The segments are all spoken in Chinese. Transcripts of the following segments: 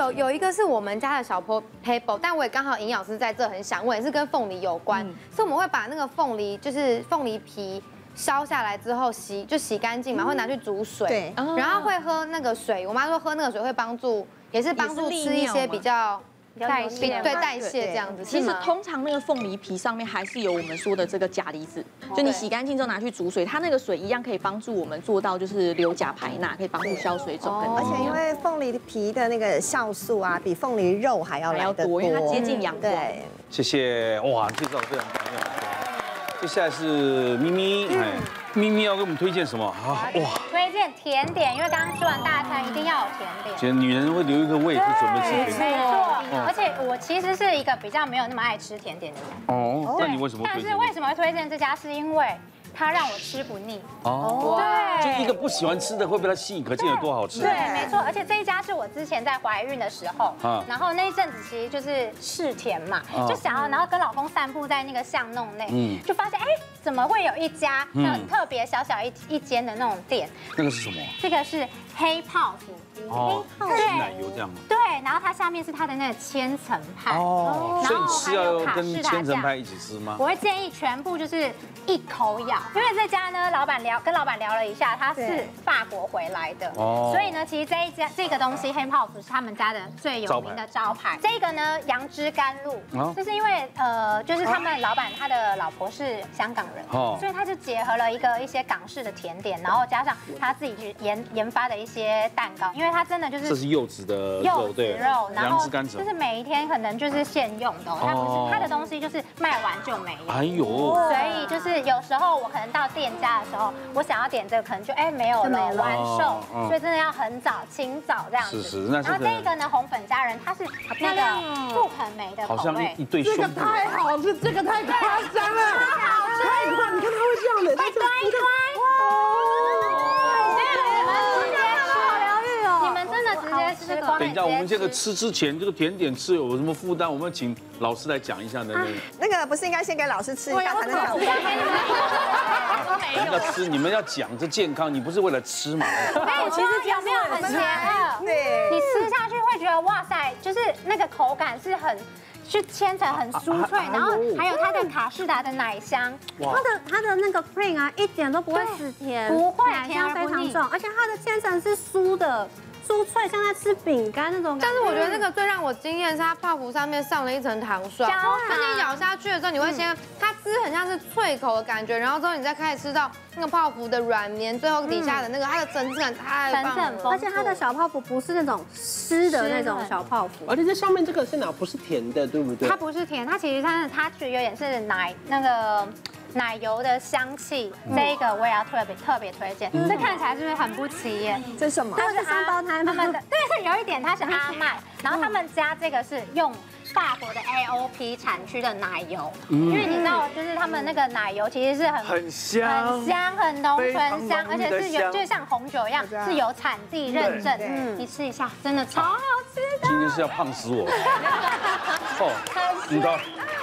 有有一个是我们家的小坡 paper，但我也刚好营养师在这很想问，也是跟凤梨有关，嗯所以我们会把那个凤梨就是凤梨皮削下来之后洗就洗干嗯净嘛，会拿去煮水，对然后会喝那个水。我妈说喝那个水会帮助，也是帮助也是利吃一尿些吗比较代谢对代谢这样子。其是实吗通常那个凤梨皮上面还是有我们说的这个钾离子，哦就你洗干净之后拿去煮水，它那个水一样可以帮助我们做到就是流钾排钠，可以帮助消水肿跟哦而利且因尿为凤梨皮的那个酵素啊，比凤梨肉还要还来要得多，多，因为它接近阳光。对，谢谢，哇，介绍非常棒，非常棒。接下来是咪咪，哎，咪咪要给我们推荐什么？啊，哇，推荐甜点，因为刚刚吃完大餐，一定要有甜点。姐，女人会留一个胃，就准备吃甜没点。错，而且我其实是一个比较没有那么爱吃甜点的人。哦，那你为什么但推是荐？为什么会推荐这家？是因为它让我吃不腻。哦，就对一个不喜欢吃的会被它吸引，可见有多好吃。对，没错，而且这一家是我之前在怀孕的时候啊，然后那一阵子其实就是试甜嘛啊，就想要，然后跟老公散步在那个巷弄内嗯，就发现哎，怎么会有一家嗯那种特别小小一一间的那种店？那个是什么？这个是黑泡芙，哦，是奶油这样吗？对，然后它下面是它的那个千层派，哦，然所以你后还吃要有卡跟士达千层酱。派一起吃吗？我会建议全部就是一口咬，因为这家呢，老板聊跟老板聊了一下，他是对法国回来的，哦所以呢，其实这一家这个东西黑泡芙是他们家的最有名的招牌。这个呢，杨枝甘露哦，这是因为呃，就是他们老板他的老婆是香港人，哦所以他就结合了一个一些港式的甜点，然后加上他自己去研研发的一些蛋糕，因为他真的就是这是柚子的柚肉，子对，肉，然杨后枝甘蔗就。是每一天可能就是现用的哦，它不哦是它的东西就是卖完就没有。哎呦，所以就是有时候我可能到店家的时候，我想要点这个，可能就哎没有就没了，了完售哦嗯，所以真的要很早清早这样子。是是那这然个后这个呢，红粉佳人它是那个覆盆梅的好口像味一一，对这兄个弟。太好吃，这个太夸张了，太夸张！你看它会这样的，会端一端。哇！你们真的直接吃光了，等一下，我们这个直接吃吃之前，这个甜点吃有什么负担？我们请老师来讲一下能不能啊那个不是应该先给老师吃一下才能讲？人家吃，你们要讲这健康，你不是为了吃嘛？哎，其实有没有很邪恶？对你，吃下去会觉得哇塞，就是那个口感是很。是千层很酥脆，然后还有它的卡士达的奶香，它的它的那个 cream 啊，一点都不会死甜，不会奶甜而香不非常腻重，而且它的千层是酥的，酥脆，像在吃饼干那种感觉。但是我觉得那个最让我惊艳是它泡芙上面上了一层糖霜，焦糖而且你咬下去的时候，你会嗯先它汁很像是脆口的感觉，然后之后你再开始吃到那个泡芙的软绵，最后底下的那个它的层次感太棒嗯层次很了丰。而且它的小泡芙不是那种湿的那种小泡芙，而且这上面这个是哪？不是甜的，对不对它？不是甜，它其实它的它其实有点是奶那个奶油的香气，这一个我也要特别特别推荐，这看起来是不是很不起眼？这是什么？它是双胞胎他吗？们的对是有一点，它是阿麦，嗯然后他们家这个是用法国的 AOP 产区的奶油，因为你知道，就是他们那个奶油其实是很很香很香、很浓非常醇香，浓而且是的有香就像红酒一样，是有产地认证。嗯，你吃一下，真的超好吃的。今天是要胖死 我。哦，煮到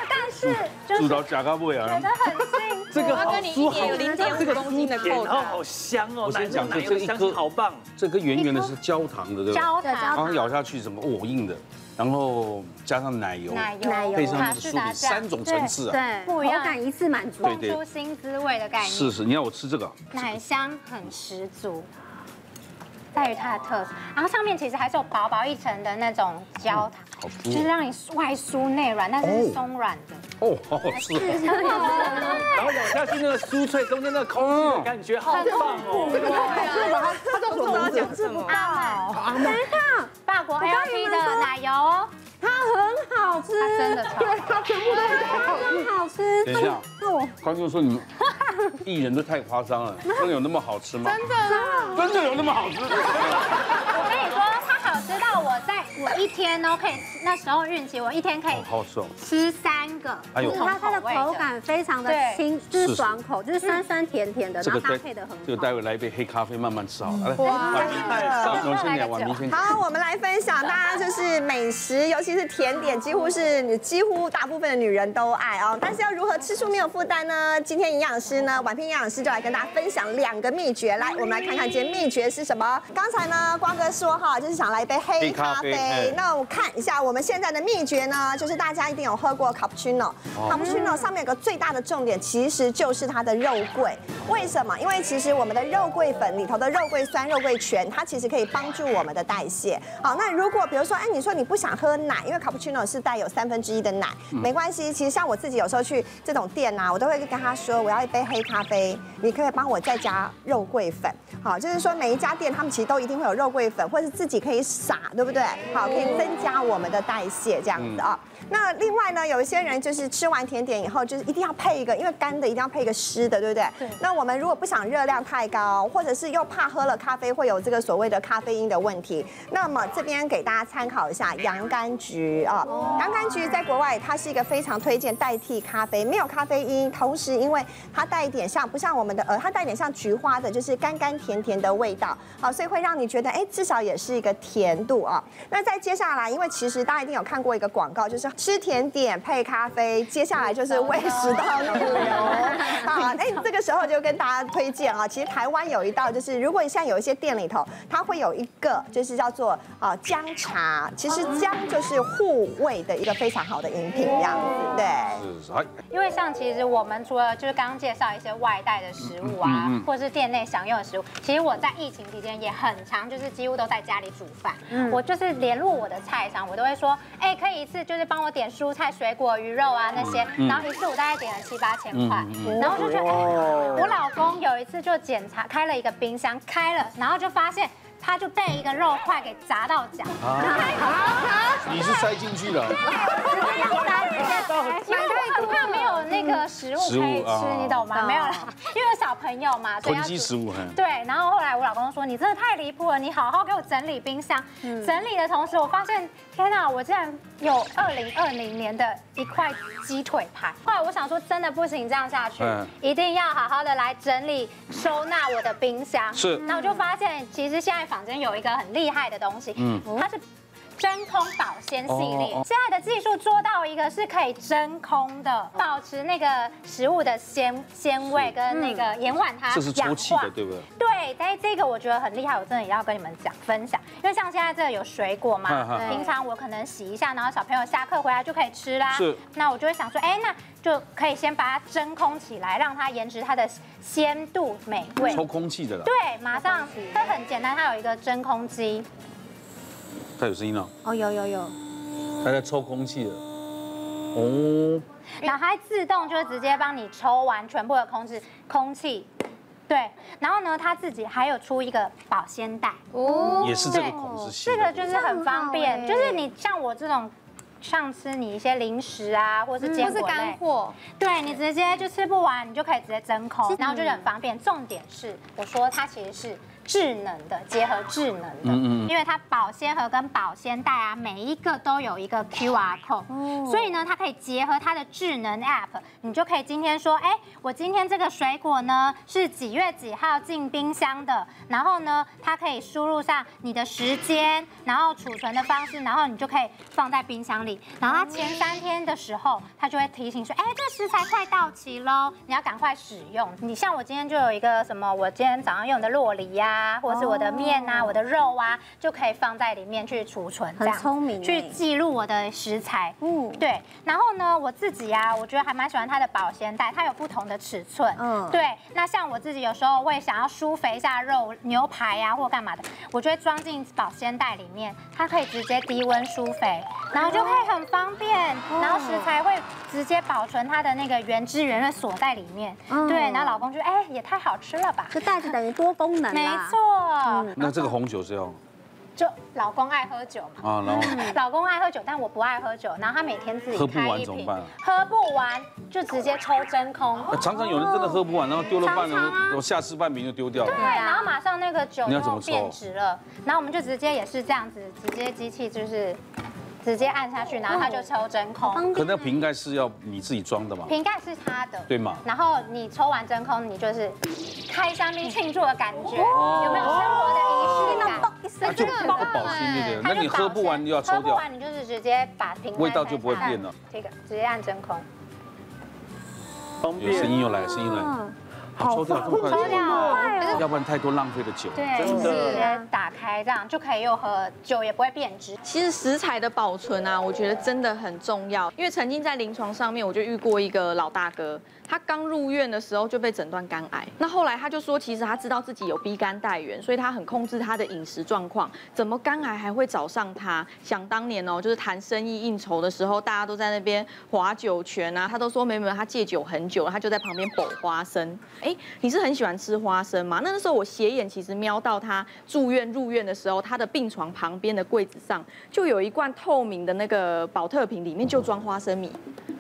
但是就是煮觉到假咖位啊得！很幸福。这哦个好 酥好，零点五公斤的甜，然后好香哦。我先讲奶这油这一香颗气好棒，这个圆圆的是焦糖的，对不对？焦对焦糖糖刚咬下去什么哦硬的，然后加上奶油，奶油配上那卡个士酥达饼，酱三种层次啊。 对，不口一样哦感一次满足。对蹦出新滋味的概念。是是，你要我吃这个啊，奶香很十足，在于它的特色。然后上面其实还是有薄薄一层的那种焦糖，好哦酥就是让你外酥内软，但是是松软的。哦，好好吃哦。然后咬下去那个酥脆，中间那个空气嗯的感觉好棒哦。它叫什么名字？阿等一下，法国 L P 哦我的刚奶油哦，它很好吃，它真的超好它全部都是好吃。很好吃。等一下做，观众说你们 艺人都太夸张了，真的有那么好吃 吗？真的啦，啊真的有那么好吃？我跟你说，它好吃到我在我一天哦都可以吃，那时候孕期我一天可以好好吃哦。吃三个哎呦不就是同它它的味口。感非常的对清，就是是是爽口，就是酸酸甜甜的，这然个后待搭配的很这个好。待会来一杯黑咖啡慢慢吃好嗯了。来，哇婉萍上手先来点，个婉萍先点。好，我们来分享，大家就是美食，尤其是甜点，几乎是你几乎大部分的女人都爱哦。但是要如何吃出没有负担呢？今天营养师呢，婉平营养师就来跟大家分享两个秘诀。来，我们来看看今天秘诀是什么。刚才呢，光哥说哈，就是想来一杯黑咖黑咖啡啡嗯。那我看一下我们现在的秘诀呢，就是大家一定有喝过 cappuccino。cappuccino 上面有个最大的重点，其实就是它的肉桂。为什么？因为其实我们的肉桂粉里头的肉桂酸、肉桂醛，它其实可以帮助我们的代谢。好，那如果比如说，哎，你说你不想喝奶，因为 cappuccino 是带有三分之一的奶，没关系。其实像我自己有时候去这种店啊，我都会跟他说，我要一杯黑咖啡，你可不可以帮我再加肉桂粉。好，就是说每一家店他们其实都一定会有肉桂粉，或者是自己可以撒，对不对？好，可以增加我们的代谢这样子啊、那另外呢，有一些人就是吃完甜点以后，就是一定要配一个，因为干的一定要配一个湿的，对不对？对。那我们如果不想热量太高，或者是又怕喝了咖啡会有这个所谓的咖啡因的问题，那么这边给大家参考一下洋甘菊啊、洋甘菊在国外它是一个非常推荐代替咖啡，没有咖啡因，同时因为它带一点像不像我们的呃，它带一点像菊花的，就是甘甘甜甜的味道，好，所以会让你觉得哎，至少也是一个甜度啊、那再接下来，因为其实大家一定有看过一个广告，就是吃甜点配咖啡，接下来就是胃食道逆流。好，哎，这个时候就跟大家推荐啊，其实台湾有一道就是，如果你现在有一些店里头，它会有一个就是叫做啊姜茶，其实姜就是护胃的一个非常好的饮品，这样子对。是是，哎，因为像其实我们除了就是刚刚介绍一些外带的食物啊，嗯嗯嗯或是店内享用的食物，其实我在疫情期间也很常就是几乎都在家里煮饭。我就是联络我的菜商，我都会说，哎，可以一次就是帮我点蔬菜、水果、鱼肉啊那些，嗯然后一次我大概点了七八千块，然后我就觉得，哎，我老公有一次就检查开了一个冰箱，开了，然后就发现他就被一个肉块给砸到脚，啊你是塞进去了，哎因为哎我怕没有那个食物食物可以吃啊，你懂吗？没有啦，因为有小朋友嘛，所以囤要积煮食物，嘿对，啊然后后来我老公说：“你真的太离谱了，你好好给我整理冰箱。”嗯整理的同时，我发现天哪，我竟然有二零二零年的一块鸡腿排。后来我想说，真的不行，这样下去嗯，一定要好好的来整理收纳我的冰箱。是那我就发现，其实现在坊间有一个很厉害的东西，嗯，它是。真空保鲜系哦列，现在的技术做到一个是可以真空的，保持那个食物的鲜鲜味跟那个延缓它这是氧抽化。气的，对不对？对，但这个我觉得很厉害，我真的也要跟你们讲分享，因为像现在这有水果嗯嘛嗯，平常我可能洗一下，然后小朋友下课回来就可以吃啦。是那我就会想说，哎，那就可以先把它真空起来，让它延迟它的鲜度美味。抽空气的啦，对，马上，它很简单，它有一个真空机，它有声音了，哦，有有有，它在抽空气的。哦，然后它自动就会直接帮你抽完全部的空气，空气。对，然后呢，它自己还有出一个保鲜袋。哦也是这个孔是细嗯这的。个就是很方便，这样很好哎就是你像我这种。上吃你一些零食啊，或是嗯或坚是果干类，货，对你直接就吃不完，你就可以直接真空，然后就是很方便。重点是，我说它其实是智能的，结合智能的，因为它保鲜盒跟保鲜袋啊，每一个都有一个 QR code，所以呢，它可以结合它的智能 app，你就可以今天说，哎，我今天这个水果呢是几月几号进冰箱的，然后呢，它可以输入上你的时间，然后储存的方式，然后你就可以放在冰箱里。然后它前三天的时候，它就会提醒说，哎，这食材快到期喽，你要赶快使用。你像我今天就有一个什么，我今天早上用的洛梨呀、或者是我的面啊、我的肉啊，就可以放在里面去储存，这很样聪明去哎记录我的食材。嗯，对，然后呢，我自己啊，我觉得还蛮喜欢它的保鲜袋，它有不同的尺寸。嗯嗯，对。那像我自己有时候会想要疏肥一下肉、牛排呀、或干嘛的，我就会装进保鲜袋里面，它可以直接低温疏肥，然后就会很方便，然后食材会直接保存它的那个原汁原味锁在里面。嗯对，然后老公就哎、也太好吃了吧。这袋子等于多功能啊没啦。错，那这个红酒是要就老公爱喝酒嘛。啊，然后 老公爱喝酒，但我不爱喝酒，然后他每天自己喝不开完一怎么瓶办啊，喝不完就直接抽真空，呃常常有人真的喝不完，然后丢了半常常啊了，我下次半瓶就丢掉对，了。然后马上那个酒你要就怎么抽变质了，然后我们就直接也是这样子，直接机器就是直接按下去，然后它就抽真空，可那瓶盖是要你自己装的嘛？瓶盖是它的，对嘛然后你抽完真空，你就是开香槟庆祝的感觉，有没有生活的仪式哎哦感？啊，就不保鲜对哎不对？那你喝不完就要抽喝不掉。完你就是直接把瓶盖味道拆就不会下来变了。这个直接按真空。方有声便音又来，声音来。嗯抽掉这么快抽掉的可是酒，要不然太多浪费的酒。对，真直的。接打开这样就可以又喝，酒也不会变质。其实食材的保存啊，我觉得真的很重要，因为曾经在临床上面我就遇过一个老大哥，他刚入院的时候就被诊断肝癌，那后来他就说，其实他知道自己有 B 肝带源，所以他很控制他的饮食状况，怎么肝癌还会找上他？想当年哦，就是谈生意应酬的时候，大家都在那边划酒泉啊，他都说没有没有，他戒酒很久了，他就在旁边剥花生。哎，你是很喜欢吃花生吗？那那时候我斜眼其实瞄到他住院入院的时候，他的病床旁边的柜子上就有一罐透明的那个保特瓶，里面就装花生米。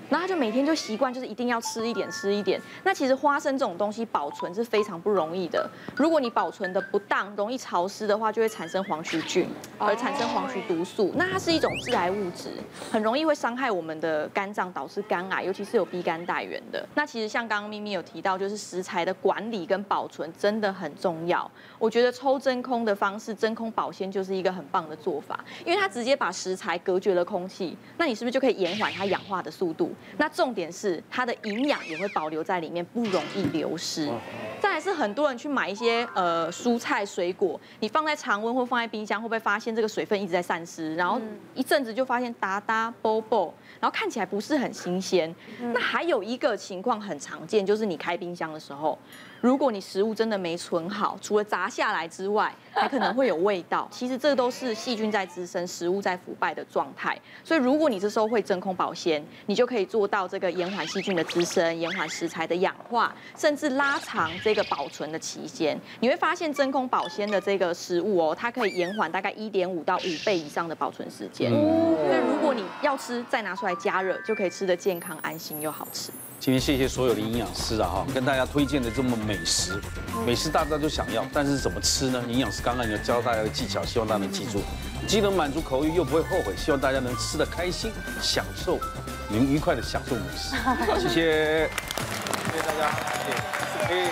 然后他就每天就习惯，就是一定要吃一点，吃一点。那其实花生这种东西保存是非常不容易的，如果你保存的不当，容易潮湿的话，就会产生黄曲菌，而产生黄曲毒素。那它是一种致癌物质，很容易会伤害我们的肝脏，导致肝癌，尤其是有 B 肝带源的。那其实像刚刚咪咪有提到，就是食材的管理跟保存真的很重要。我觉得抽真空的方式，真空保鲜就是一个很棒的做法，因为它直接把食材隔绝了空气，那你是不是就可以延缓它氧化的速度？那重点是它的营养也会保留在里面，不容易流失。再来是很多人去买一些呃蔬菜水果，你放在常温或放在冰箱，会不会发现这个水分一直在散失？然后一阵子就发现哒哒啵啵，然后看起来不是很新鲜。那还有一个情况很常见，就是你开冰箱的时候，如果你食物真的没存好，除了砸下来之外，还可能会有味道。 其实这都是细菌在滋生、食物在腐败的状态。所以如果你这时候会真空保鲜，你就可以做到这个延缓细菌的滋生、延缓食材的氧化，甚至拉长这个保存的期间。你会发现真空保鲜的这个食物哦，它可以延缓大概一点五到五倍以上的保存时间。所以如果你要吃，再拿出来加热，就可以吃得健康、安心又好吃。今天谢谢所有的营养师啊，哈，跟大家推荐的这么美食，美食大家都想要，但是怎么吃呢？营养师刚刚有教大家的技巧，希望大家能记住，既能满足口欲又不会后悔，希望大家能吃得开心，享受，能愉快的享受美 食。好谢谢，谢谢大家，谢谢。